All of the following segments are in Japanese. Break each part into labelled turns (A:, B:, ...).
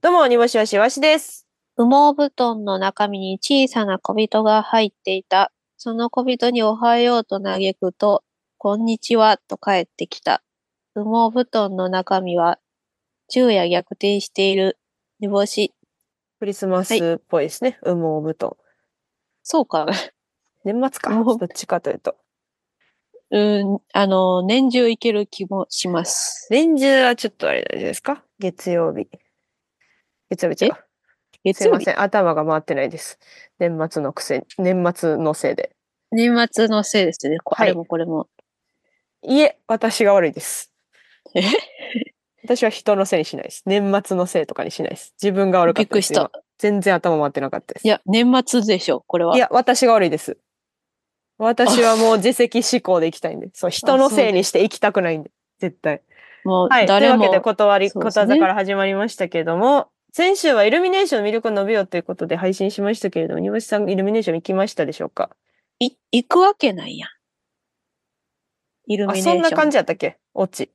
A: どうも、煮干しはしわしです。
B: 羽毛布団の中身に小さな小人が入っていた。その小人におはようと嘆くと、こんにちはと帰ってきた。羽毛布団の中身は、昼夜逆転している煮干し。
A: クリスマスっぽいですね。羽毛布団。
B: そうか な。
A: 年末か。
B: 羽毛布団
A: どっちかというと。
B: うん、あの、年中いける気もします。
A: 年中はちょっとあれなんじゃないですか月曜日。月曜日ちゃう
B: 月
A: すい
B: 曜
A: ま
B: 日
A: せん。頭が回ってないです。年末のくせに、年末のせいで。
B: 年末のせいですね。こ
A: はい
B: あれもこれも。
A: いえ、私が悪いです。
B: え
A: 私は人のせいにしないです。年末のせいとかにしないです。自分が悪か
B: び
A: っ
B: ったく
A: で
B: り
A: す。
B: した。
A: 今全然頭回ってなかったです。
B: いや、年末でしょ、これは。
A: いや、私が悪いです。私はもう自責思考で生きたいんで、そう、人のせいにして生きたくないんで、絶対。
B: もう、
A: はい。という
B: 誰
A: わけ
B: も、
A: で、断り、
B: そう
A: こ
B: です
A: と
B: ね
A: わざから始まりましたけれども、先週はイルミネーションの魅力を述べようということで配信しましたけれども、庭師さん、イルミネーション行きましたでしょうか
B: い行くわけないやん。イルミ
A: あ、
B: ネーショ
A: そ
B: ン。
A: んな感じやったっけオチ。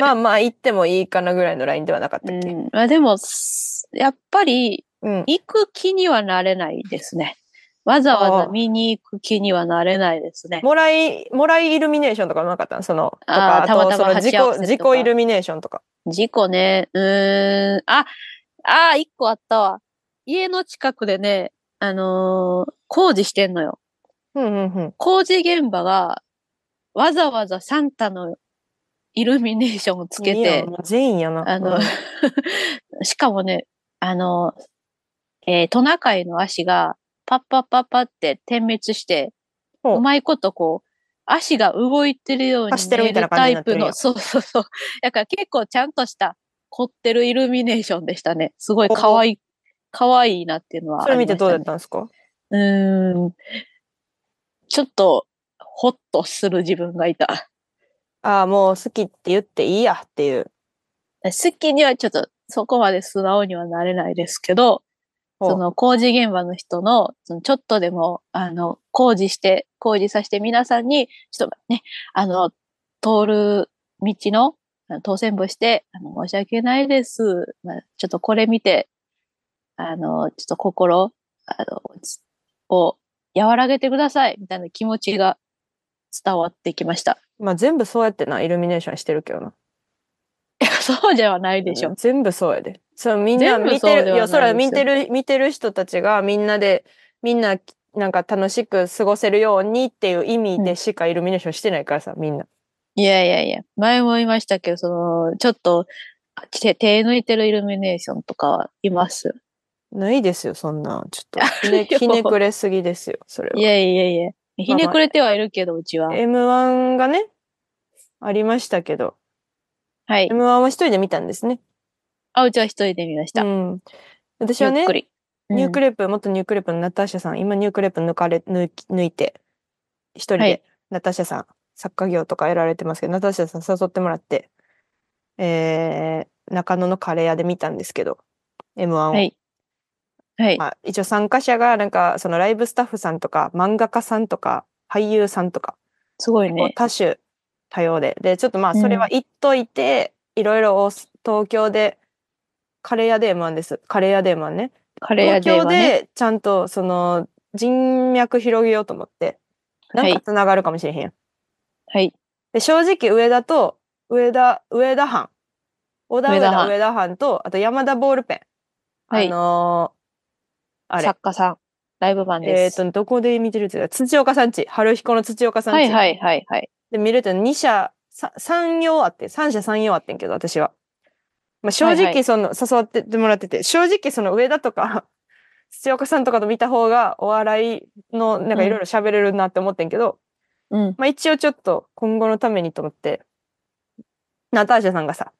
A: まあまあ、行ってもいいかなぐらいのラインではなかったっ
B: う
A: け、
B: ん、まあでも、すやっぱり
A: うん、
B: 行く気にはなれないですね。わざわ
A: あ
B: ざ
A: ー
B: 見に行く気にはなれないですね。
A: もらい、もらいイルミネーションとかなかったのその、とか、
B: あー
A: あ
B: たま
A: と、
B: た
A: そ
B: ま
A: の自
B: 鉢
A: 己
B: 合わせ、
A: 自
B: とか
A: 己イルミネーションとか。
B: 事故ね。うーん。あ、あー、一個あったわ。家の近くでね、あのー工事してんのよ。
A: うんうんうん。
B: 工事現場が、わざわざサンタのイルミネーションをつけ
A: いいや
B: て
A: ん、もう全員やな。
B: あの
A: うん、
B: しかもね、あの、えートナカイの足がパッパッパッパって点滅して、
A: ほう
B: うまいことこう、足が動いてるように
A: 走ってるみたいな
B: タ
A: 感じにな
B: イ
A: って
B: プ
A: るんや
B: の、そうそうそう。だから結構ちゃんとした凝ってるイルミネーションでしたね。すごい可愛い、可愛いなっていうのは
A: それ見てどうだ
B: あ
A: っ
B: り
A: たんですか
B: ましたねうーん。ちょっと、ほっとする自分がいた。
A: ああ、もう好きって言っていいやっていう。
B: 好きにはちょっと、そこまで素直にはなれないですけど、
A: ほう
B: その工事現場の人の、そのちょっとでも、あの、工事して、工事させて皆さんに、ちょっとね、あの、通る道の、あの当選簿して、あの、申し訳ないです。まあ、ちょっとこれ見て、あの、ちょっと心、あの、つを和らげてください、みたいな気持ちが伝わってきました。
A: まあ全部そうやってな、イルミネーションしてるけどな。
B: そうじゃないでしょ。
A: 全部そうやで。そう、みんな
B: 全部
A: 見て
B: そう
A: る、
B: で
A: い
B: は
A: や、それ
B: な
A: はい
B: です
A: 見
B: よ
A: てる、見てる人たちがみんなで、みんな、なんか楽しく過ごせるようにっていう意味でしかイルミネーションしてないからさ、みんな。
B: いやいやいや、前も言いましたけど、その、ちょっと、手手抜いてるイルミネーションとかはいます。
A: ないですよ、そんな。ちょっ と。ひ
B: あ
A: ね
B: るよ
A: ひねくれすぎですよ、それ
B: い
A: は。
B: やいやいや。ひねくれてはいるけど、うちは。
A: M1 がね、ありましたけど、
B: はい。
A: M1 は一人で見たんですね。
B: あ、うちは一人で見まし
A: う
B: た。
A: ん。私
B: ゆ
A: は
B: っ
A: ね
B: く、り。
A: ニューク
B: レ
A: レープ、元ニュークレープのナターシャさん、今ニュークレープ抜かれ、抜き抜いて、一人
B: はい
A: で、ナターシャさん、作家業とかやられてますけど、ナターシャさん誘ってもらって、えー、中野のカレー屋で見たんですけど、M1 を。
B: はい。はい。
A: まあ、一応参加者が、なんか、そのライブスタッフさんとか、漫画家さんとか、俳優さんとか、
B: すごい
A: こう
B: ね。
A: 多種多様で。で、ちょっとまあ、
B: うん
A: それは言っといて、いろいろお東京で、カレー屋で M1 です。カレー屋で M1 ね。
B: カレー屋
A: 東
B: で
A: 京
B: はね。
A: でちゃんとその人脈広げようと思ってなん
B: は
A: か
B: い
A: つながるかもしれへんやん、
B: はい。
A: で正直上田と上田上田藩小田上
B: 上田
A: 田
B: 藩
A: 上田藩とあと山田ボールペン、
B: はい
A: あのーあれ
B: 作家さん。ライブ版
A: え
B: で
A: っ、
B: す。
A: とどこで見てるって言ってた土岡さんち春彦の土岡さんち、
B: はいはいはいはい。
A: で見ると2社さ3用あって3社3用あってんけど私は、まあ、正
B: はいは
A: 直
B: い
A: その、誘ってってもらってて正直その上田とか 土岡さんとかと見た方がお笑いのなんかいろいろ喋れるなって思ってんけど、
B: うん。
A: まあ、一応ちょっと今後のためにと思ってナターシャさんがさ、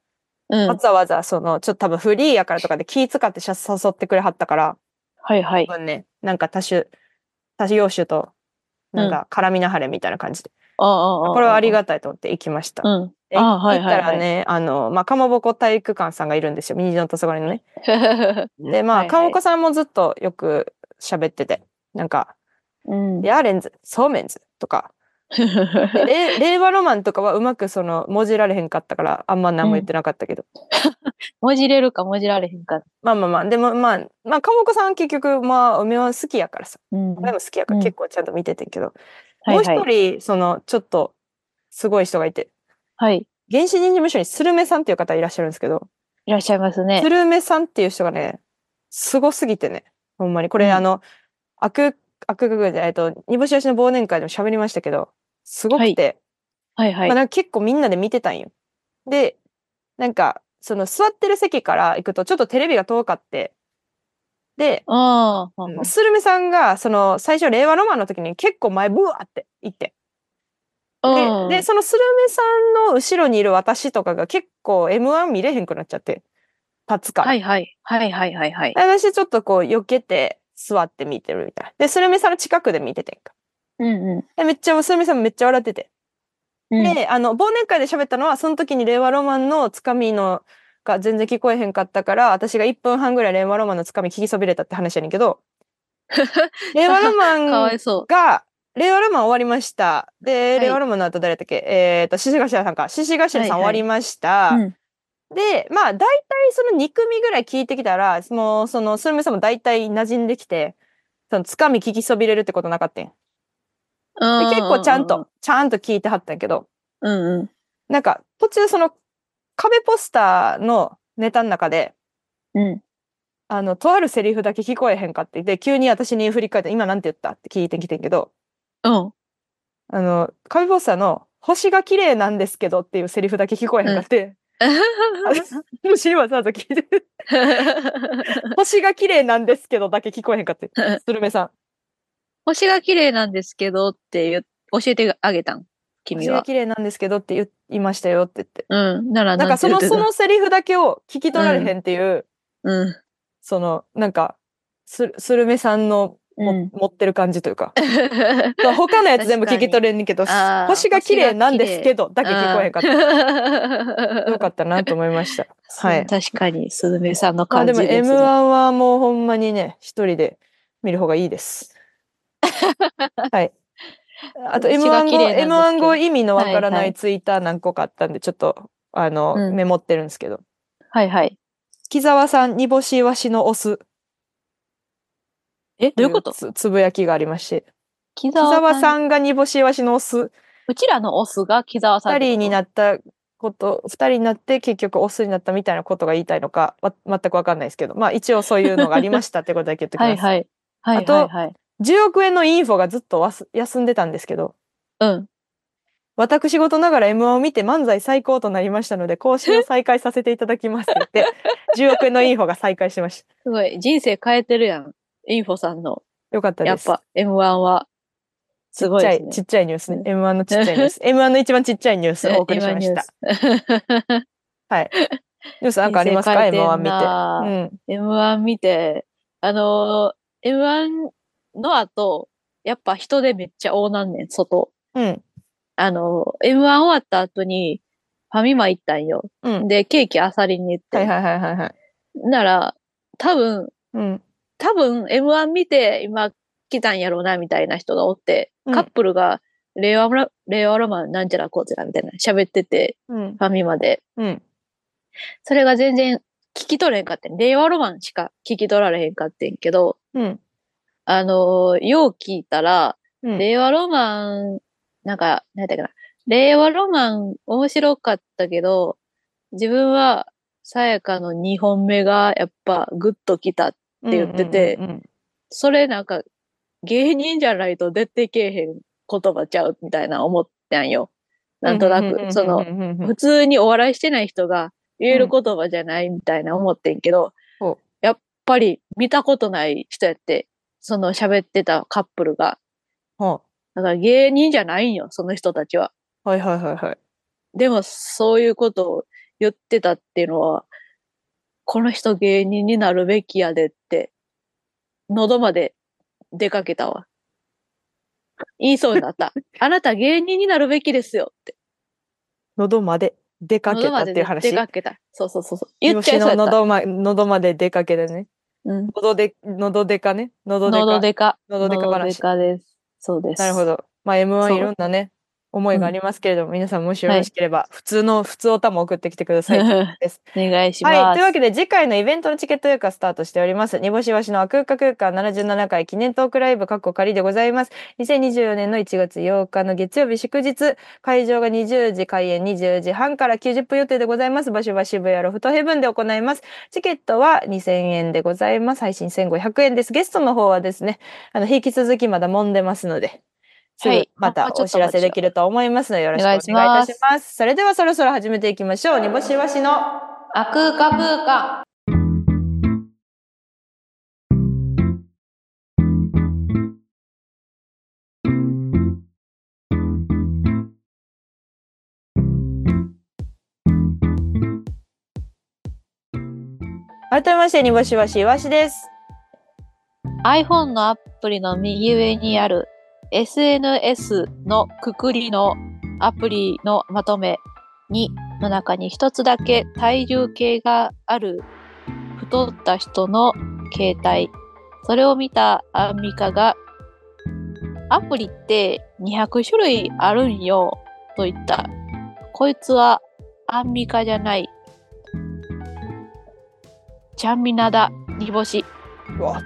B: うん。
A: わざわざそのちょっと多分フリーやからとかで気使ってしゃ誘ってくれはったから
B: はいはい
A: 多。分ねなんか多種多種業種となん
B: う
A: か絡みなはれみたいな感じで、
B: ああああ。
A: これはあり
B: が
A: がたいと思って行きました。
B: う。うん。
A: で
B: あ
A: 行
B: は
A: っ
B: い
A: た
B: は
A: ら
B: いは
A: ね、あの、まあ、かまぼこ体育館さんがいるんですよ。ミニのとそこにね。で、ま
B: は
A: あ、
B: いはい
A: かまぼこさんもずっとよく喋ってて、なんか、
B: うん。
A: ヤーレンズ、そうめんズとか、で れ令和ロマンとかはうまくその、もじられへんかったから、あんま何も言ってなかったけど。
B: もじれるかもじられへんか。
A: まあまあまあ、でもまあ、まあ、かもこさんは結局、まあ、梅は好きやからさ。
B: うん。
A: 梅も好きやから
B: うん
A: 結構ちゃんと見ててんけど、
B: はいは
A: もう
B: い。
A: 一人、その、ちょっと、すごい人がいて、
B: はい。
A: 原始人事務所にスルメさんっていう方いらっしゃるんですけど、
B: いらっしゃいますね
A: ス。ルメさんっていう人がね、すごすぎてね、ほんまに。これ、
B: うん
A: あの、悪、悪学で、えっと、煮干し吉の忘年会でも喋りましたけど、すごくて、
B: はいはい
A: まあ、。なんか結構みんなで見てたんよ。で、なんか、その座ってる席から行くと、ちょっとテレビが遠かって、で、
B: ああ。
A: うんスルメさんが、その、最初、令和ロマンの時に結構前、ブワーって行って。
B: うん
A: でで、そのスルメさんの後ろにいる私とかが結構 M1 見れへんくなっちゃって、立つから。
B: はいはい。はいはいはいはい。
A: 私ちょっとこう、避けて、座って見てるみたいな。で、スルメさんの近くで見ててんか。
B: うんう
A: で、めっちゃ、スルメさんめっちゃ笑ってて。
B: ん。うん、
A: で、あの、忘年会で喋ったのは、その時に令和ロマンのつかみの、が全然聞こえへんかったから、私が1分半ぐらい令和ロマンのつかみ聞きそびれたって話やねんけ ど、令和ロマン
B: かわいそ
A: が、令和ロマン終わりました。で、
B: はい
A: 令和ロマンの後誰だったっけえっ、と、獅子頭さんか。獅子頭さん
B: はい
A: 終
B: はい
A: わりました。
B: う。うん。
A: で、まあ、大体その2組ぐらい聞いてきたら、もう、その、スルメさんも大体馴染んできて、その、つかみ聞きそびれるってことなかったんで結構ちゃんと、ちゃんと聞いてはったんやけど、
B: うんうん。
A: なんか、途中その、壁ポスターのネタの中で、
B: うん。
A: あの、とあるセリフだけ聞こえへんかって言って、急に私に振り返って、今なんて言ったって聞いてきてんけど、
B: うん。
A: あの、カビボーサの、星が綺麗なんですけどっていうセリフだけ聞こえへんかって、私今わざわざ聞いてる。星が綺麗なんですけどだけ聞こえへんかって、スルメさん。
B: 星が綺麗なんですけどって言う教えてあげたん君
A: 星が
B: は。
A: 綺麗なんですけどって言いましたよって言って。
B: うん。なら
A: なんかその、
B: て
A: そ
B: 言うて
A: のセリフだけを聞き取られへんっていう、
B: たうん。
A: その、なんか、スルスルメさんのも、
B: うん
A: 持ってる感じという か、そう他のやつ全部聞き取れんねんけど、
B: 確かにあー
A: 星が綺麗なんですけどだけ聞こえへんかった。 よ
B: よ
A: かったなと思いま した。はい。
B: 確かに、スズメさんの
A: まあ
B: 感
A: で
B: じ
A: も
B: です、ね。
A: M1 はもうほんまにね、一人で見る方がいい です。はい。あと
B: 私
A: M1
B: が
A: 語、
B: 綺麗なんで
A: M1
B: すけど
A: 語意味のわから
B: はい
A: な
B: はいい
A: ツイッター何個かあったんで、ちょっと、あの、
B: うん
A: メモってるんですけど。
B: はいはい。
A: 木沢さん、煮干しわしのオス。
B: え、どういうこと
A: つつぶやきがありまして。
B: 木
A: 木沢
B: 沢さん。
A: さんが煮干しわしのオス。
B: うちらのオスが木沢さん
A: 二人にな
B: っ
A: ったこと、二人になって結局オスになったみたいなことが言いたいのか、わ全くわかんないですけど、まあ一応そういうのがありましたってことだけ言ってておきます。
B: はいはい。は
A: あ
B: いはい
A: と
B: はい。
A: 10億円のインフォがずっとわす休んでたんですけど、
B: うん。
A: 私事ながら M1 を見て漫才最高となりましたので、更新を再開させていただきます って言って、10億円のインフォが再開しまし
B: すごい。人生変えてるやん。インフォさんの。
A: た。よかった
B: や
A: で
B: っ
A: す。
B: ぱ M1 は。すごい
A: ちっちゃ
B: です
A: い、
B: ね。
A: ちっちゃいニュースね。M1 のちっちゃいニュー ス。M1 の一番ちっちゃいニュースをお送りしました。
B: た。
A: はい。ニュー スなんかありますか
B: 人生変え
A: ?M1
B: てん
A: 見
B: なぁ
A: て。
B: M1 見て、あのー、M1 の後、やっぱ人でめっちゃ大なんねん、外。
A: うん。うん。
B: あのー、M1 終わった後に、ファミマ行ったんよ。
A: うん
B: で、ケーキあさりに行って。
A: はいはいはいはいはい。
B: なら、多分、
A: うん。
B: 多分 M1 見て今来たんやろうな、みたいな人がおって、
A: うん
B: カップルが、令和ロ令和ロマンなんちゃらこうちゃらみたいな喋ってて、
A: うん。
B: ファミマで。
A: うん。
B: それが全然聞き取れへんかってん。令和ロマンしか聞き取られへんかってんけど、
A: うん。
B: あのーよう聞いたら、
A: うん
B: 令和ロマン、なんか、なんだっけな、令和ロマン面白かったけど、自分は、さやかの2本目がやっぱグッときた。
A: って
B: 言ってて
A: うんうんうん
B: それなんか、芸人じゃないと出てけえへん言葉ちゃうみたいな思ったんよ。なんとな
A: うんうんうんうん
B: く、その、
A: うんうんうん
B: 普通にお笑いしてない人が言える言葉じゃないみたいな思ってんけど、
A: ほ
B: やっぱり見たことない人やって、その喋ってたカップルが。
A: ほ
B: だから芸人じゃないんよ、その人たちは。
A: うはいはいはいはい。
B: でもそういうことを言ってたっていうのは、この人芸人になるべきやでって、喉まで出かけたわ。言いそうにな った。あなた芸人になるべきですよって。
A: 喉まで出かけ
B: 喉
A: た
B: ま
A: っ
B: で
A: ていう
B: 出
A: 話。
B: かけた。そうそうそうそう。言っちゃい
A: 煮
B: そう
A: 干しの
B: やった。
A: 喉ま、喉まで出かけでね。
B: うん
A: 喉で、喉でかね。喉でか。
B: 喉でか。
A: 喉でか話
B: 喉でかです。そうです。
A: なるほ。ど。まあ
B: そ
A: M1
B: う
A: いろんなね、思いがありますけれども、皆さんもしよろしければ、普通の普通おたも送ってきてください。です
B: お願いします。
A: はい。というわけで、次回のイベントのチケット予約スタートしております。煮干しわしの空間空間77回記念トークライブ、カッコ仮でございます。2024年の1月8日の月曜日祝日、会場が20時開演20時半から90分予定でございます。場所は渋谷ロフトヘブンで行います。チケットは2000円でございます。配信1500円です。ゲストの方はですね、あの、引き続きまだ揉んでますので。す
B: は
A: ぐ
B: い
A: ま
B: あ
A: た
B: もうちょ
A: お
B: っと
A: 知らせできると思いますのでよろしくお願いいたします。それではそろそろ始めていきましょう。煮干しわしの
B: あ空間空間。
A: 改めまして、にぼしわしいわしです。
B: iPhone のアプリの右上にある SNS のくくりのアプリのまとめにの中に一つだけ体重計がある太った人の携帯それを見たアンミカがアプリって200種類あるんよと言ったこいつはアンミカじゃないちゃんみなだ煮干し
A: うわ、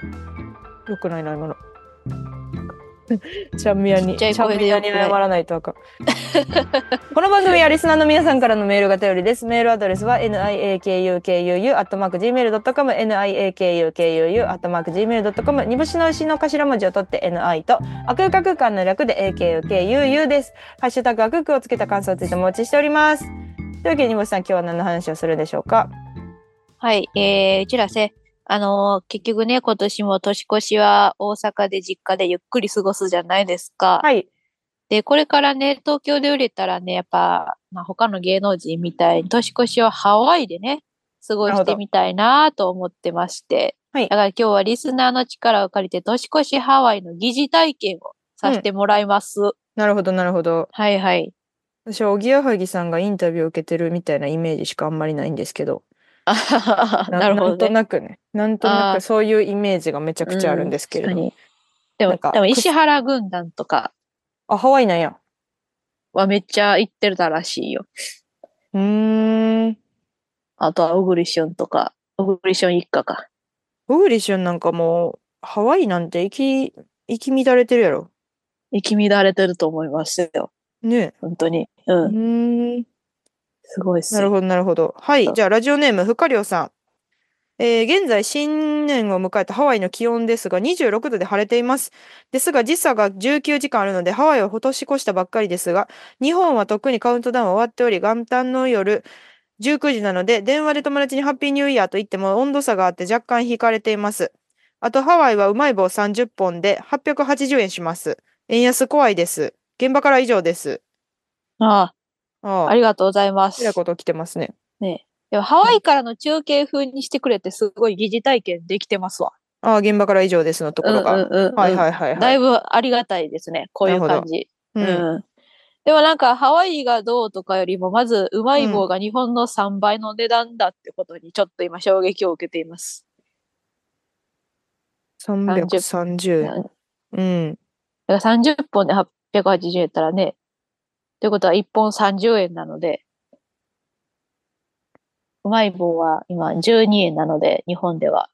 A: よくないな、今の。 ちゃんみやに、
B: ちっちゃい声で
A: ちゃ
B: よ
A: ん
B: く
A: み
B: な
A: や
B: い
A: に謝らないとあかん。この番組はリスナーの皆さんからのメールが頼りです。メールアドレスは niakukuu.gmail.com、niakukuu.gmail.com、にぼしの牛の頭文字を取って ni と、あくうか空間の略で akukuu です。ハッシュタグあくうくをつけた感想をついてもお待ちしております。というわけで、にぼしさん、今日は何の話をするでしょうか
B: はい、えー、うちらせ、あのー結局ね、今年も年越しは大阪で実家でゆっくり過ごすじゃないですか。
A: はい。
B: で、これからね、東京で売れたらね、やっぱ、まあ、他の芸能人みたいに年越しはハワイでね、過ごしてみたいなと思ってまして。
A: はい
B: だから今日はリスナーの力を借りて、年越しハワイの疑似体験をさせてもらいます。
A: なるほど、なるほど。
B: はいはい。
A: 私はおぎやはぎさんがインタビューを受けてるみたいなイメージしかあんまり ないんですけど、
B: あはははなるほ
A: んと
B: どね。
A: なくね、なんとな
B: あ
A: く
B: ー
A: そういうイメージがめちゃくちゃあるんですけれど、
B: うん確かにで
A: なん
B: も、
A: か
B: でも石原軍団とか
A: あ、ハワイなんや。
B: はめっちゃ行ってたらしいよ。
A: うーん。
B: あとは、小栗旬とか、小栗旬一家か。
A: 小栗旬なんかもう、ハワイなんて行き、行き乱れてるやろ。
B: 行き乱れてると思いますよ。
A: ね
B: 本当に。
A: え。
B: う。
A: うんーん。
B: すごいっす。
A: なるほど、なるほど。はい。じゃあ、ラジオネーム、ふかりょうさん。えー現在、新年を迎えたハワイの気温ですが、26度で晴れています。ですが、時差が19時間あるので、ハワイは年越したばっかりですが、日本はとっくにカウントダウンは終わっており、元旦の夜、19時なので、電話で友達にハッピーニューイヤーと言っても温度差があって若干引かれています。あと、ハワイはうまい棒30本で880円します。円安怖いです。現場から以上です。
B: あ
A: あ
B: あ、
A: あ、
B: ありがとうございま
A: え
B: す
A: らい。こと来てますね。
B: ねでもハワイからの中継風にしてくれて、すごい疑似体験できてますわ。
A: ああ、現場から以上ですのところが。
B: うんうんうん、
A: はいはいはいはい。
B: だいぶありがたいですね。こういう
A: なるほ
B: 感
A: ど
B: じ。
A: うん
B: うん。でもなんか、ハワイがどうとかよりも、まず、うまい棒が日本の3倍の値段だってことに、ちょっと今、衝撃を受けています。
A: 330円。うん。
B: だから30本で880円やったらね、ということは1本30円なので、うまい棒は今12円なので、日本では。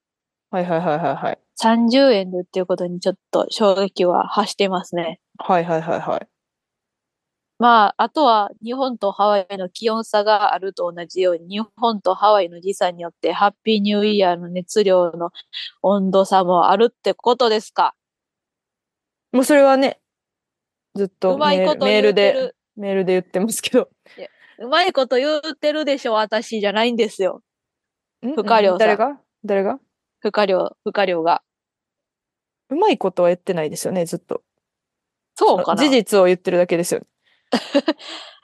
A: はいはいはいはいはい。
B: 30円でっていうことにちょっと衝撃は発してますね。
A: はいはいはいはい。
B: まあ、あとは日本とハワイの気温差があると同じように、日本とハワイの時差によって、ハッピーニューイヤーの熱量の温度差もあるってことですか。
A: もうそれはね、ずっと
B: うまい
A: メー
B: こ
A: ル
B: と
A: メー
B: 言
A: ル
B: うて
A: で、
B: る。
A: メールで言ってますけど。
B: うまいこと言うてるでしょ、私じゃないんですよ。
A: ん
B: 不可量さん
A: 誰が誰が
B: 不可量、不可量が。
A: うまいことは言ってないですよね、ずっと。
B: そうかな
A: 事実を言ってるだけですよね。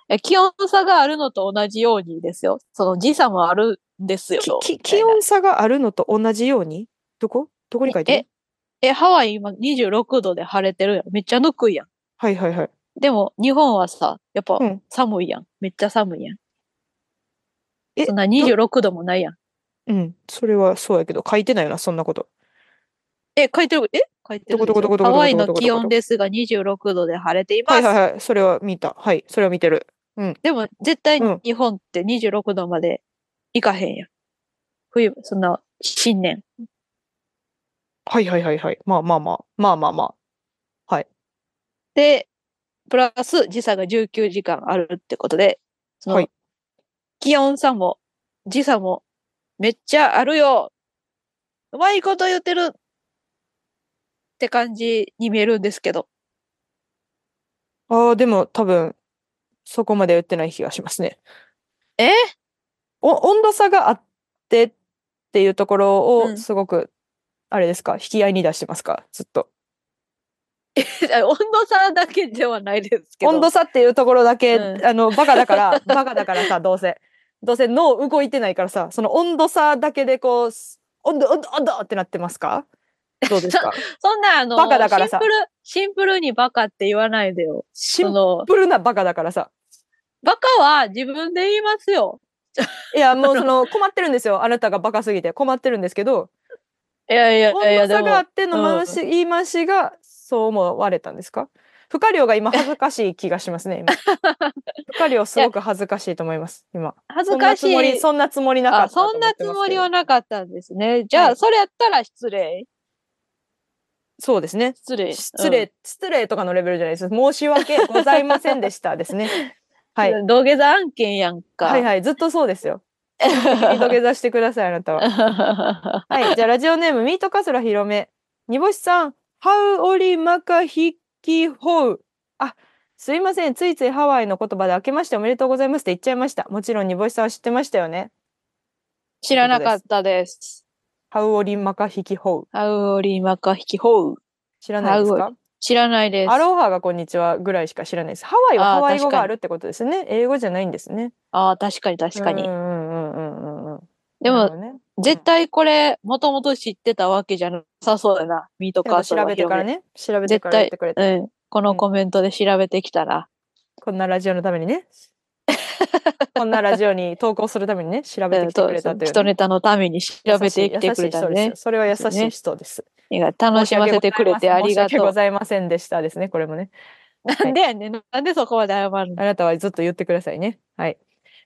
B: え気温差があるのと同じようにですよ。その時差もあるんですよ。
A: きき
B: みたい
A: 気
B: な
A: 温差があるのと同じようにどこどこに書いてる
B: え、ハワイ今26度で晴れてるやん。めっちゃぬくいやん。
A: はいはいはい。
B: でも日本はさ、やっぱ
A: うん
B: 寒いやん。めっちゃ寒いやん。
A: え
B: そんな26度もないやん。
A: うん。それはそうやけど、書いてないよな、そんなこと。
B: え、書いてる、え書いてるでしょ。
A: どこどこどこどこどこどこどこ
B: ハワイの気温ですが26度で晴れていま
A: は
B: す。
A: いはいはい。それは見た。はい。それは見てる。
B: でも、絶対
A: うん
B: 日本って26度まで行かへんやん。冬、そんな、新年。
A: はいはいはいはい。まあまあまあ。まあまあまあ。
B: で、プラス時差が19時間あるってことで、その、
A: はい
B: 気温差も時差もめっちゃあるようまいこと言ってるって感じに見えるんですけど。
A: ああ、でも多分、そこまでは言ってない気がしますね。
B: え
A: お温度差があってっていうところを
B: うん
A: すごく、あれですか引き合いに出してますかずっと
B: 温度差だけではないですけど。
A: 温度差っていうところだけ、
B: うん
A: あのバカだから バカだからさどうせどうせ脳動いてないからさその温度差だけでこうす温度温度温度ってなってますかどうですか
B: そんな、あの、
A: バカだからさ
B: シンプル、シンプルにバカって言わないでよ。
A: シ
B: そ
A: ン
B: の、
A: プルなバカだからさ
B: バカは自分で言いますよ。
A: いやもうその困ってるんですよあなたがバカすぎて困ってるんですけど
B: いやいやいやいや、
A: 温度
B: で
A: 差があ
B: も
A: っ、ての回し、言い回しがそう思われたんですか不可量が今恥ずかしい気がしますね 今不可量すごく恥ずかしいと思います今
B: 恥ずかし
A: そんなつもりそんなつもり
B: い。
A: なかった
B: あそんなつもり
A: と
B: は
A: 思ってますけど
B: なかったんですね。じゃあ、
A: はい
B: それやったら失礼。
A: そうですね
B: 失礼。
A: 失礼、失礼とかのレベルじゃないです申し訳ございませんでしたですね
B: うん。
A: はい
B: 土下座案件やんか。
A: はいはいずっとそうですよ見とけ座してくださいあなたははい、じゃあラジオネームミートカスラ広め。煮干しさん、ハウオリマカヒキホウ。あ、すいません、ついついハワイの言葉で明けましておめでとうございますって言っちゃいました。もちろん煮干しさんは知ってましたよね。
B: 知らなかったです。
A: ハウオリマカヒキホウ。
B: ハウオリマカヒキホウ。
A: 知らないです
B: ハ
A: か
B: 知らないです。
A: アロハがこんにちはぐらいしか知らないです。ハワイは
B: あー
A: ハワイ語
B: 確
A: が
B: かに
A: あるってことですね。英語じゃないんですね。
B: ああ、確かに確かに
A: う。んうんうんうんうんうん。な
B: で
A: る
B: も、
A: ほどね、
B: 絶対これ、もともと知ってたわけじゃなさそうだな。ミート
A: ちゃん
B: カー
A: と
B: ソル
A: 調
B: は
A: べてから
B: 広
A: ね、調べて
B: 絶
A: から
B: 対
A: 言ってくれて、
B: め。うん。このコメントで調べてきたら。
A: こんなラジオのためにね。こんなラジオに投稿するためにね、調べてきて
B: そ
A: く
B: う
A: れた
B: そう
A: というね、
B: 人ネタのために調べてきてくれた
A: 優しい優しい人です
B: ね
A: よ。。それは優し
B: ですね
A: い人です。
B: いや楽しませてくれてありが
A: 申し訳
B: と
A: ご
B: う。
A: ざいませんでしたですね、これもね。
B: なんでやねん。なんでそこまで謝るの
A: あなたはずっと言ってくださいね。はい。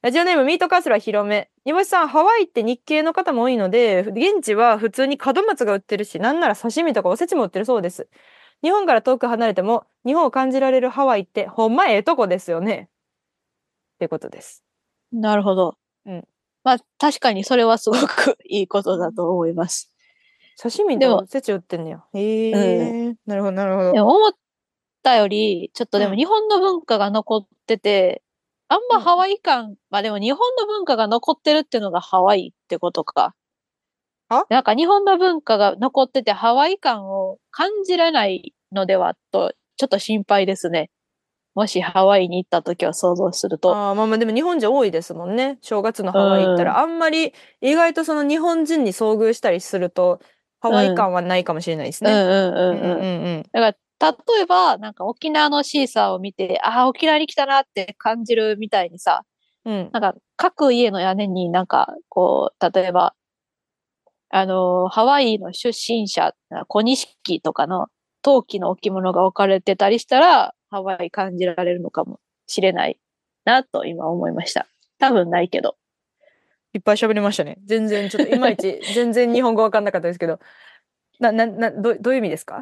A: ラジオネームミートカスラ広め。煮干しさん、ハワイって日系の方も多いので、現地は普通に門松が売ってるし、なんなら刺身とかおせちも売ってるそうです。日本から遠く離れても、日本を感じられるハワイって、ほんまええとこですよね。ってことです。
B: なるほど。
A: うん。
B: まあ、確かにそれはすごくいいことだと思います。
A: 刺身
B: で
A: と
B: も
A: おせち売ってんのよ。へえなるほど、なるほ
B: で
A: ど。
B: も思ったより、ちょっとで
A: う
B: も
A: ん
B: 日本の文化が残ってて、あん
A: う
B: ま
A: ん
B: ハワイ感、まあでも日本の文化が残ってるっていうのがハワイってことか
A: あ。
B: なんか日本の文化が残っててハワイ感を感じれないのではと、ちょっと心配ですね。もしハワイに行った時を想像すると。
A: あーまあまあでも日本人多いですもんね正月のハワイ行ったら、あんまり意外とその日本人に遭遇したりするとハワイ感はないかもしれないです
B: うん
A: ね。
B: う
A: うん
B: うんうん。
A: ん
B: だから、例えば、なんか沖縄のシーサーを見て、ああ、沖縄に来たなって感じるみたいにさ、
A: うんうん
B: なんか各家の屋根になんか、こう、例えば、あのーハワイの出身者、小錦とかの陶器の置物が置かれてたりしたら、ハワイ感じられるのかもしれないなと今思いました。多分ないけど。
A: いっぱい喋りましたね全然ちょっといまい ち全然日本語わかんなかったですけどなななどどういう意味ですか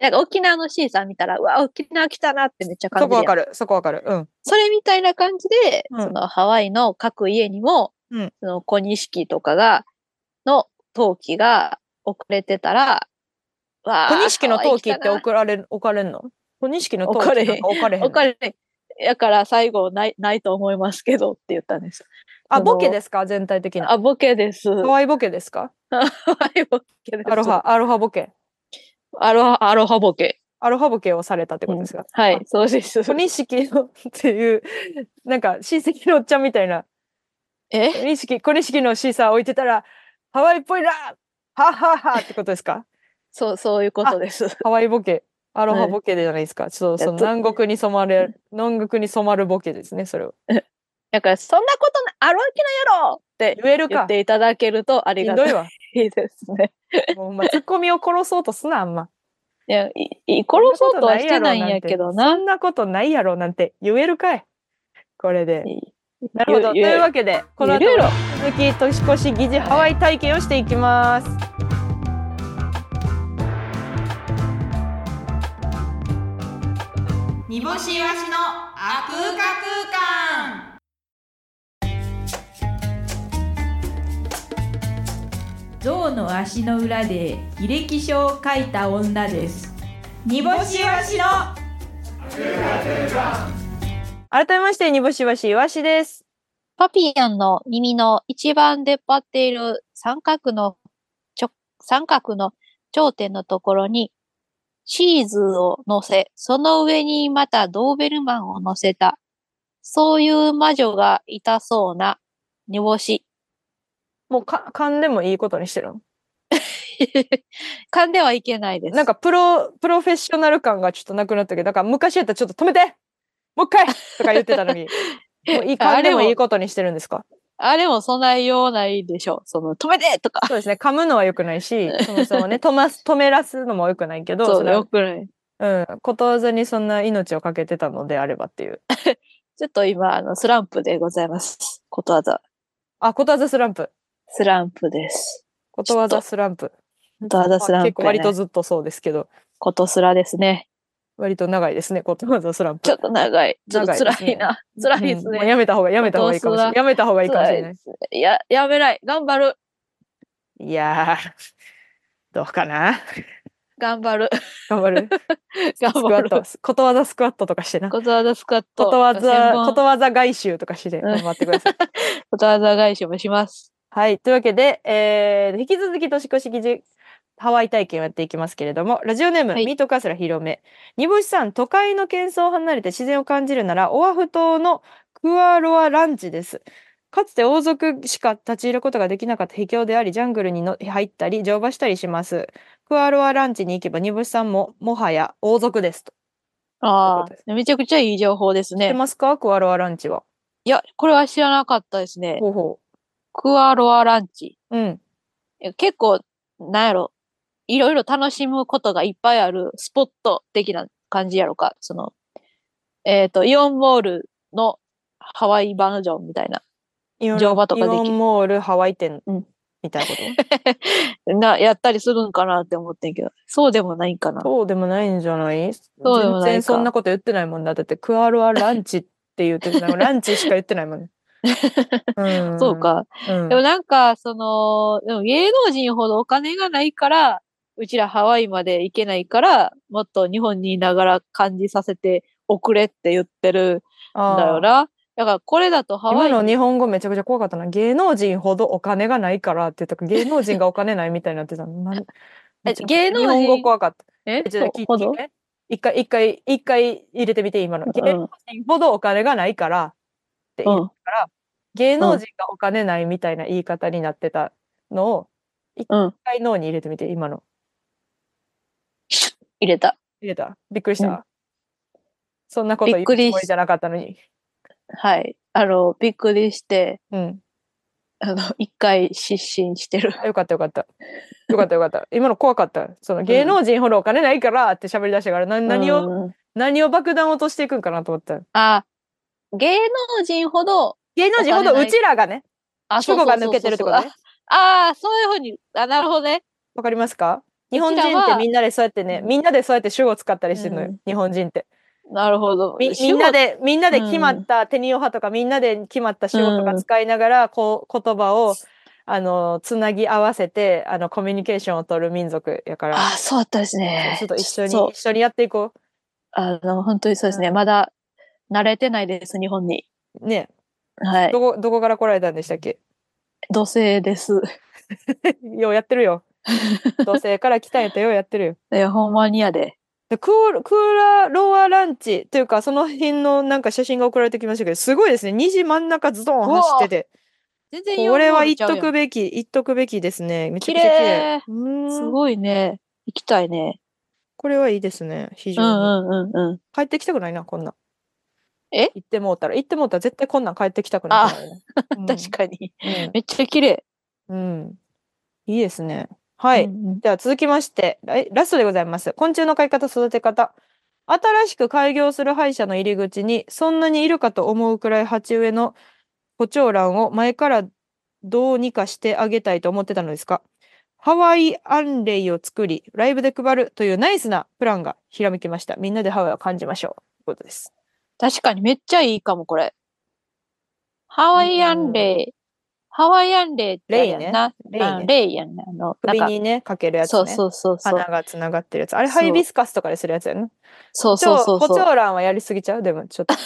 B: なんか沖縄のシーサー見たら、うわ、沖縄来たなってめっちゃ感
A: そ
B: じ
A: こ
B: る
A: わ
B: やん
A: かるそこわかるうん
B: それみたいな感じで、
A: うん
B: そのハワイの各家にも、
A: うん
B: その小錦とかが、の陶器が置かれてたら、わあ
A: 小錦の陶器って
B: ハワイ来たな
A: 送られ置かれんの小錦の陶器
B: 置かれへん
A: なんか置かれへんの
B: 置かれて、やから最後ない、ないと思いますけどって言ったんです。
A: あボケですか全体的な
B: あ、ボケです。
A: ハ
B: ハ
A: ワイボケですか
B: ワイボケです。
A: アロ。ハアロハボケ
B: アロハ、アロハボケ。
A: アロハボケをされたってことですか、
B: は
A: あ
B: い、そうです。
A: 小錦のっていうなんか親戚のおっちゃんみたいな
B: え
A: 小錦小錦のシーサー置いてたらハワイっぽいなはっはっはってことですか
B: そう、そういうことです。
A: ハワイボケアロ
B: は
A: ハ
B: い
A: ボケじゃないですか、ちょっと
B: いや
A: その
B: と
A: 南国に染まれ南国に染まるボケですねそれを
B: だから、そんなことな、アロハキの野郎って
A: 言える
B: 言っ
A: か
B: ていただけるとあり
A: ひん
B: が
A: ど
B: た
A: い
B: い。
A: わ
B: いいですね。
A: もうほんまツッコミを殺そうとすな、あんま。
B: いや、いい殺そうとはしてないんやけど
A: そ
B: な。
A: んなことないやろなんて言えるかい。これで。なるほど。と
B: 言え
A: いうわけで、この後
B: 言えるやろ
A: 続き年越し疑似ハワイ体験をしていきます。
C: 煮干しわしのあくうか空間象の足の裏で履歴書を書いた女です煮干しわしの
A: 改めまして、煮干しわしいわしです。
B: パピアンの耳の一番出っ張っている三角のちょ、三角の頂点のところにチーズを乗せ、その上にまたドーベルマンを乗せた。そういう魔女がいたそうな煮干し。
A: もうか噛んでもいいことにしてるの。
B: 噛んではいけないです。
A: なんかプロ、プロフェッショナル感がちょっとなくなったけど、だから昔やったらちょっと止めてもう一回とか言ってた のに、もういい噛んでもいいことにしてるんですか
B: あれもそんなようないでしょう。その、止めてとか。
A: そうですね。噛むのは良くないし、そもそもね、止ます、止めらすのも良くないけど、
B: そう
A: それは
B: よくない。
A: うん、ことわざにそんな命をかけてたのであればっていう。
B: ちょっと今、あの、スランプでございます。ことわざ。
A: あ、ことわざスランプ。
B: スランプです。
A: ことわざスランプ。
B: ことわざス
A: まあ
B: ランプ、ね。
A: 結構割とずっとそうですけど、
B: ことすらですね。
A: 割と長いですね、ことわざスランプ。
B: ちょっと長い。ちょっと辛いな。辛いです
A: うんまあ
B: ね。
A: やめた方が、やめた方がいいかもしれない。
B: こと
A: やめた方がいいかもし
B: 辛
A: れ
B: い
A: ない
B: で。すねや、やめない。頑張る。
A: いやー、 どうかな。
B: 頑張る。
A: 頑張る。
B: 頑
A: スクワ
B: 張
A: ッ
B: る。
A: ト。ことわざスクワットとかしてな。こ
B: ことわざスカット。
A: とわざ
B: 千、本
A: ことわざ外周とかして頑張ってください。
B: ことわざ返しもします。
A: はい。というわけで、えー引き続き年越し記事、ハワイ体験をやっていきますけれども、ラジオネーム、
B: はい
A: ミートカスラ広め。煮干しさん、都会の喧騒を離れて自然を感じるなら、オアフ島のクアロアランチです。かつて王族しか立ち入ることができなかった秘境であり、ジャングルにの入ったり、乗馬したりします。クアロアランチに行けば煮干しさんも、もはや王族ですと。
B: あ
A: というこ
B: あ、めちゃくちゃいい情報で
A: 知
B: す
A: って
B: ね。
A: ますかクアロアランチは。
B: いや、これは知らなかったですね。
A: ほうほ
B: クアロアランチ。
A: う。うん。
B: え結構、なんやろ。いろいろ楽しむことがいっぱいあるスポット的な感じやろか。その、えっ、と、イオンモールのハワイバージョンみたいな。
A: イオン
B: 乗馬とかできる
A: イオンモールハワイ店
B: うん
A: みたいなこと
B: な、やったりするんかなって思ってんけど、そうでもないんかな。
A: そうでもないんじゃない
B: そうでもないか
A: 全然そんなこと言ってないもんだ。だってクアロアランチって言 ってるなんかランチしか言ってないもん、ね。うん
B: そう。か。
A: うん
B: でもなんか、その、でも芸能人ほどお金がないから、うちらハワイまで行けないから、もっと日本にいながら感じさせておくれって言ってるんだよ
A: あー
B: な。だからこれだとハワ
A: 今
B: イ
A: の
B: に
A: 日本語めちゃくちゃ怖かったな。芸能人ほどお金がないからって言ったから芸能人がお金ないみたいになってたの。なんめっちゃ
B: 芸能人
A: 日本語怖かった。
B: え
A: ちょっと聞いて聞いて一回、一回、一回入れてみて、今の。
B: うん
A: 芸能人ほどお金がないからって言
B: う
A: っ
B: ん
A: 芸能人がお金ないみたいな言い方になってたのを、一
B: うん
A: 回脳に入れてみて、今の。
B: 入れた。
A: 入れたびっくりした、
B: うん
A: そんなこと言う
B: びっくり
A: つ
B: し
A: もりじゃなかったのに。
B: はい。あの、びっくりして、
A: うん。
B: あの、 一回失神してる。
A: あよかったよかった。よかったよかった。今の怖かった。その芸能人ほどお金ないからって喋り出したから、な何を、
B: うん
A: 何を爆弾落としていくんかなと思った。
B: あ、芸能人ほど、
A: 芸能人ほ
B: お金
A: ど
B: ないう
A: ちらがね、
B: あ
A: 主語が抜けてるってこと。
B: そうそうそうそう
A: ね
B: あ。あー、そういうふうに、あ、なるほどね。
A: わかりますか
B: う
A: 日
B: ちらは
A: 本人ってみんなでそうやってね、
B: うん
A: みんなでそうやって主語使ったりしてるのよ、
B: うん
A: 日本人って。
B: なるほど。
A: みみんなで、みんなで決まった手にヨハとか、みんなで決まった仕事とか
B: うん
A: 使いながら、こう、言葉を、あの、つなぎ合わせて、あの、コミュニケーションを取る民族やから、
B: ああ、そうだったですね。
A: そうちょっと一緒に、
B: そう
A: 一緒にやっていこ
B: あの、本当にそうですね。まだ慣れてないです、日本に。
A: う。ね、
B: はい。
A: どこ、どこから来られたんでしたっけ
B: 土星です。
A: ようやってる よ。同性から来たんやったらようやってるよ。
B: いや、ほんまにやで。
A: でクールクーラーロアランチというか、その辺のなんか写真が送られてきましたけど、すごいですね。虹真ん中ズドン走ってて。
B: 全然
A: これは言っと
B: く
A: くべき、言っとくべきですね。めちゃくちゃ綺麗。う
B: す
A: ーん
B: ごいね。行きたいね。
A: これはいいですね。非
B: う
A: 常
B: ん
A: に。
B: うんうんうん。
A: 帰ってきたくないな、こんなん。
B: え
A: 行ってもうたら、行ってもうたら絶対 こんなん帰ってきたくないからね、
B: 確かに。
A: に。
B: めっちゃ綺麗。
A: うん。うんいいですね。はい。
B: うんうん
A: では続きましてララストでございます昆虫の飼い方育て方新しく開業する歯医者の入り口にそんなにいるかと思うくらい鉢植えのコチョウランを前からどうにかしてあげたいと思ってたのですかハワイアンレイを作りライブで配るというナイスなプランがひらめきましたみんなでハワイを感じましょうということです
B: 確かにめっちゃいいかも、これ。ハワイアンレイ。ハワイアンレイってあれやんな。
A: レイね
B: あ
A: レイね
B: レイやんな。あの、なん
A: 首
B: か、
A: にねかけるやつね
B: そうそうそうそう
A: 花。がつながってるやつあれ
B: そう
A: ハイビスカスとかでするやつやね
B: そうそうそう
A: コチ
B: そう。
A: ョウランはやりすぎちゃうでもちょっと
B: い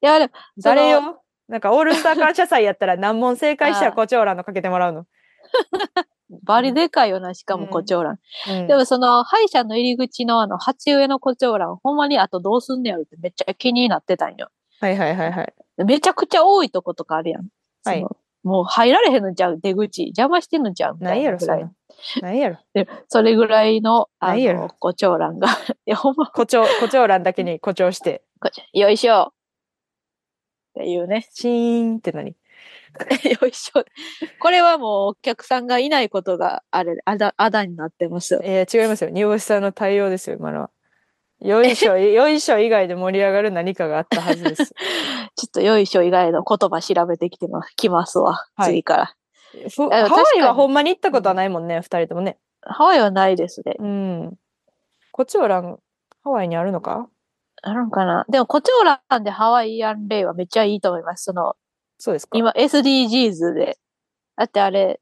B: や、でも
A: 誰
B: そ
A: よなんかオールスター感謝祭やったら何問正解したら
B: あー
A: コチョウランのかけてもらうの。
B: バリでかいよな、しか
A: う
B: も
A: ん
B: コチョウラン。
A: うん
B: でもその、歯医者の入り口のあの、鉢植えのコチョウラン、ほんまにあとどうすんねやろってめっちゃ気になってたんよ。
A: はいはいはいはい。
B: めちゃくちゃ多いとことかあるやん。
A: はい
B: そのもう入られへんのちゃう、出口。邪魔してんのちゃうみた
A: ない
B: い
A: やろ、
B: なぐ
A: そん
B: らい。
A: な。ないやろ。
B: でそれぐらいの、あ
A: ないやろ
B: の、コチョウランが。い や、ほんま、
A: コチョウ、コチョウランだけに誇張して、。
B: こっちよいしょっていうね
A: シーンって何
B: よいしょ。これはもうお客さんがいないことがあれ、あだ、あだになってますよ。
A: えー違いますよ。煮干しさんの対応ですよ、今のは。よいし ょ、よいしょ以外で盛り上がる何かがあったはずです。
B: ちょっとよいしょ以外の言葉調べてきてます、きますわ。
A: はい
B: 次から。
A: ふ
B: あ
A: ハワ
B: 確か
A: イ
B: に
A: はほんまに行ったことはないもんね、二人ともね。
B: ハワイはないですね。
A: うん。コチョウラン、ハワイにあるのか
B: あるんかな。でも、コチョウランでハワイアンレイはめっちゃいいと思います。その、
A: そうですか。
B: 今 SDGs で。だってあれ、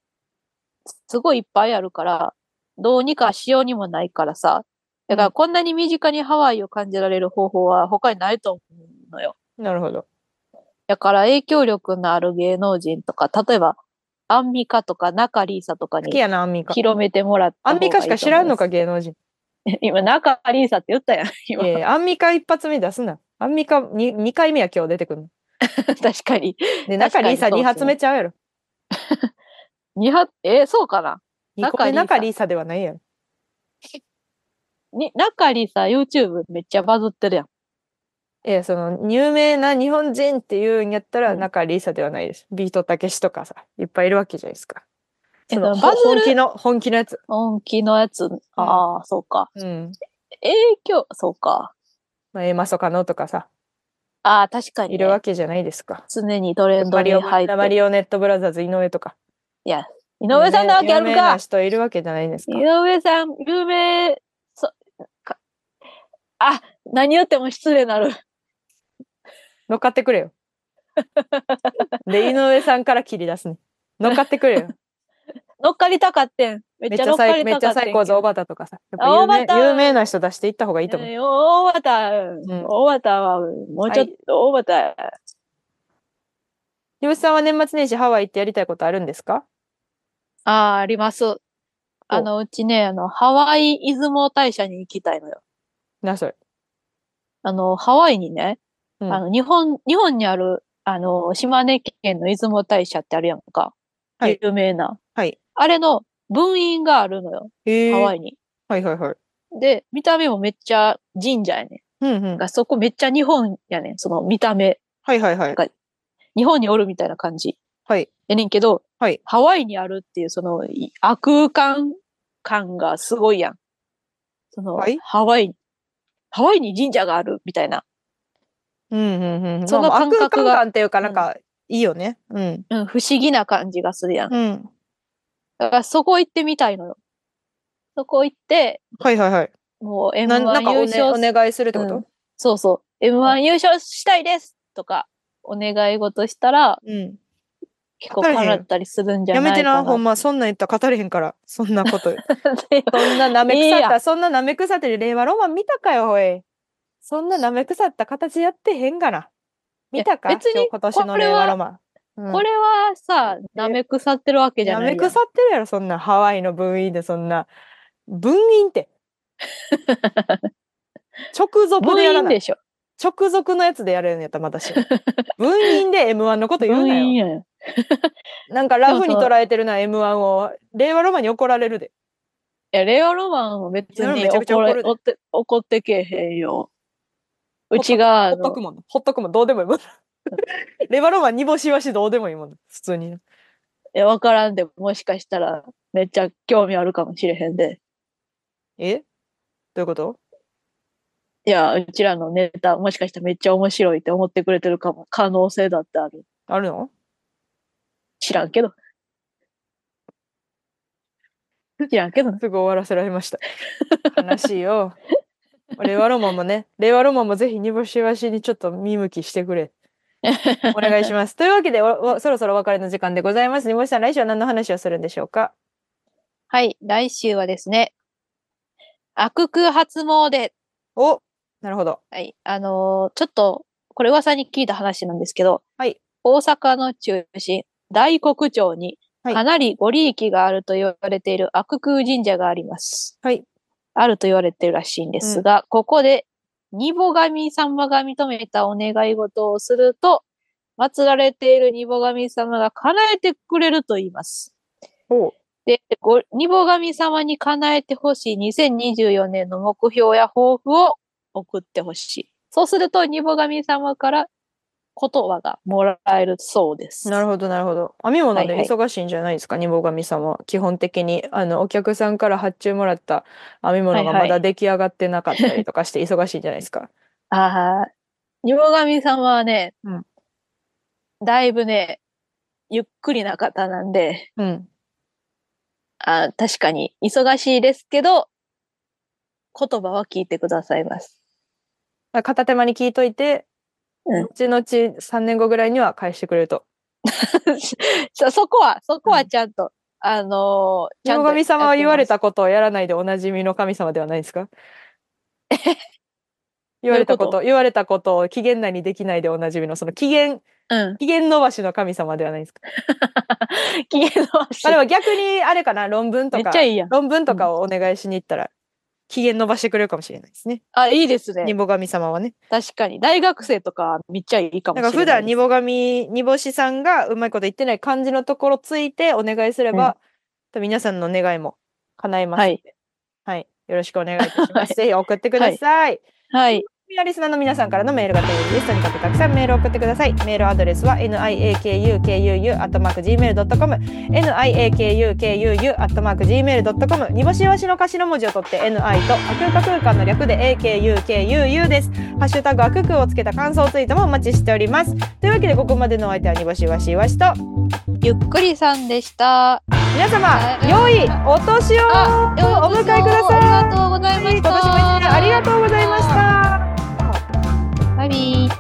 B: すごいいっぱいあるから、どうにかしようにもないからさ。だか
A: う
B: らこんなに身近にハワイを感じられる方法は他にないと思うのよ。
A: なるほど。
B: だから影響力のある芸能人とか、例えばアンミカとか中リーサとか
A: 好き
B: に
A: やな、アンミカ。
B: 広めてもらって。
A: アンミカしか知らんのか、
B: い
A: 芸能人。
B: いと思います。 今、中リーサって言ったやん。 今、
A: えアンミカ一発目出すな。アンミカ 2, 二回目は今日出てくるの。
B: 確かに。
A: で、中リーサ
B: 確かにそうですね
A: 2発目ちゃうやろ。
B: にはえーそうかな
A: 2個目
B: 中
A: 中
B: リ
A: リーサではないやろ。
B: に中リーサ YouTube めっちゃバズってるやん。
A: ええその、有名な日本人っていうんやったら
B: うん
A: 中リーサではないです。ビートたけしとかさ、いっぱいいるわけじゃないですか。
B: えっ
A: その
B: と
A: ほ
B: バズ
A: 本
B: る
A: 気の、本気のやつ。
B: 本気のやつ。ああ、そうか。
A: うん。
B: 影響、そうか。
A: まあ、A マソカノとかさ、
B: ああ、確かに、ね。
A: いるわけじゃないですか。
B: 常にトレンド
A: マ
B: に
A: リオ
B: 入って
A: マ
B: る。
A: リオネットブラザーズ井上とか。
B: 井上さんなわけあ
A: 有
B: る
A: 名な
B: か。
A: 人いるわけじゃないですか
B: 井。上さん、有名、そ、か、あ、何言っても失礼なる。
A: 乗っかってくれよ。で、井上さんから切り出すね。乗っかってくれよ。
B: 乗っかりたかってん。めっ
A: めっ
B: ち
A: ち
B: ゃ
A: ゃ
B: 乗っか
A: 最
B: り
A: めったち
B: か
A: ゃ
B: ってん
A: 最高ぞ、小畑とかさ。やっぱ
B: あ
A: 有
B: 小
A: 名
B: 畑
A: 有名な人出していった方がいいと思う。
B: えー大畑、
A: ん
B: 大畑は、もうちょっと、大畑。
A: ゆうさんは年末年始ハワイ行ってやりたいことあるんですか
B: ああ、あります。あの、うちね、あの、ハワイ出雲大社に行きたいのよ。
A: な、それ。
B: あの、ハワイにね、
A: うん
B: あの、日本、日本にある、あの、島根県の出雲大社ってあるやんか。
A: はい
B: 有名な。
A: はい。
B: あれの分院があるのよ、
A: へえ。
B: ハワ
A: はい
B: イに。
A: はいはい。
B: で、見た目もめっちゃ神社やね
A: うんうん
B: ん。。がそこめっちゃ日本やねん。その見た目。
A: はいはいはい。
B: 日本におるみたいな感じ。
A: はい。
B: やねんけど、
A: はい
B: ハワイにあるっていうそのい悪空間感がすごいやん。その、
A: はい
B: ハワイ、ハワイに神社があるみたいな。
A: うんうんうん。
B: その
A: まあまあ
B: 感覚が
A: 悪空間っていうかなんか、いいよね。うん。
B: うん、不思議な感じがするやん。
A: うん。
B: だからそこ行ってみたいのよ。そこ行って、
A: はいはいはい。
B: もう
A: ななん
B: M1
A: かお,、
B: 優
A: ね、
B: 勝
A: お
B: す
A: 願いするってこと
B: そうそう。M1 優勝したいですとか、お願い事したら、
A: うん。
B: 結構
A: 語れへん
B: 叶ったりするんじゃ
A: や
B: な
A: め
B: い
A: て
B: かな。
A: な、ほ んま。そんなん言ったら語れへんから。そんなこと。
B: って
A: そんな舐め
B: い
A: 腐
B: い
A: った、
B: や
A: そんな舐め腐ってる令和ロマン見たかよ、おい。そんな舐め腐った形やってへんがな。見たか
B: いや別に
A: 今日今年の令和ロマン。うん
B: これはさ、舐め腐ってるわけじゃ
A: な
B: ないや
A: め
B: ん。
A: 腐ってるやろ、そんなハワイの分院でそんな。分院って。 直属でや
B: 分
A: ら
B: 院
A: ない
B: で。しょ。
A: 直属のやつでやるんやったらまだしも。分院で M1 のこと言う
B: 分
A: な
B: 院
A: よ。
B: やん。
A: なんかラフに捉えてるな、M1 を。令和ロマンに怒られるで。
B: いや、令和ロマンは別
A: 令和ロマン
B: に
A: めちゃくちゃ
B: 怒
A: 怒
B: れ
A: るで
B: 怒って怒ってけえへんよ。うちが、あ
A: ほっと
B: の
A: くもん。ほっとくもん。どうでもいいもん。令和ロマン煮干しわしどうでもいいもん。普通に。
B: いや、わからんで、もしかしたら、めっちゃ興味あるかもしれへんで。
A: えどういうこと
B: いや、うちらのネタ、もしかしたらめっちゃ面白いって思ってくれてるかも、可能性だってある。
A: あるの
B: 知らん けど。知らんけどな。
A: すぐ終わらせられました。悲しいよ。令和ロマンもね、令和ロマンもぜひ煮干しわしにちょっと見向きしてくれ。お願いします。というわけで、おおそろそろお別れの時間でございます。煮干しさん、来週は何の話をするんでしょうか
B: はい、来週はですね、悪空初詣。
A: おなるほど。
B: はい、あのーちょっと、これ噂に聞いた話なんですけど、
A: はい
B: 大阪の中心、大黒町に、
A: はい
B: かなりご利益があると言われている悪空神社があります。
A: はい。
B: あると言われてるらしいんですが、ここで、ニボ神様が認めたお願い事をすると、祀られているニボ神様が叶えてくれると言います。
A: おう
B: で、ご、ニボ神様に叶えてほしい2024年の目標や抱負を送ってほしい。そうすると、ニボ神様から言葉がもらえるそうです。
A: なるほど、なるほど。編み物
B: はい
A: で
B: はい
A: 忙しいんじゃないですか、二坊神様。基本的に、あの、お客さんから発注もらった編み物が
B: はいは
A: ま
B: い
A: だ出来上がってなかったりとかして忙しいんじゃないです か。
B: ああ、ニボ神様はね、
A: うん
B: だいぶね、ゆっくりな方なんで、
A: うん。
B: あー確かに忙しいですけど、言葉は聞いてくださいます。
A: 片手間に聞いといて、
B: うん
A: 後々3年後ぐらいには返してくれると。
B: そそこは、そ
A: う
B: こは
A: ん
B: ちゃんと、あのー、ち
A: 女
B: ゃんと
A: 神様は言われ
B: やった
A: ことをやらないでおなじみの神様ではないで すか言われたこと
B: ど
A: 言われたことを期限内にできないでおなじみのその期限
B: てます。うん。
A: 期限伸ばしの神様ではないです か、
B: 機嫌の
A: ま
B: 足
A: あ、でも逆にあれかな論文
B: め
A: と
B: っ
A: か
B: ちゃいいやん。
A: 論文とかをお願いしに行ったら期限伸ばしてくれるかもしれないですね
B: あ、いいです
A: ニ
B: ね。
A: ボ神様はね
B: 確かに。大学生とかめっちゃいいかも
A: だ
B: し
A: か
B: れ
A: ら
B: ない
A: 普段
B: です。
A: ニボ神ニボシさんがうまいこと言ってない感じのところついてお願いすれば、皆さんの願いも叶えますので、はいよろしくお願いいたし ます、ぜひ送ってください
B: はい。
A: ミアリスナーの皆さんからのメールが届いです。とにかくたくさんメールを送ってください。メールアドレスは niakukuu.gmail.com niakukuu.gmail.com にぼしわしの頭文字を取って ni とあくか空間の略で akukuu です。ハッシュタグあくくをつけた感想ツイートもお待ちしております。というわけでここまでのお相手はにぼしわしわしと
B: ゆっくりさんでした。
A: 皆様良いお年を
B: あ
A: お迎えください。
B: ありがとうございま
A: 今年も
B: し
A: 一年
B: た。
A: ありがとうございました。
B: バイビー。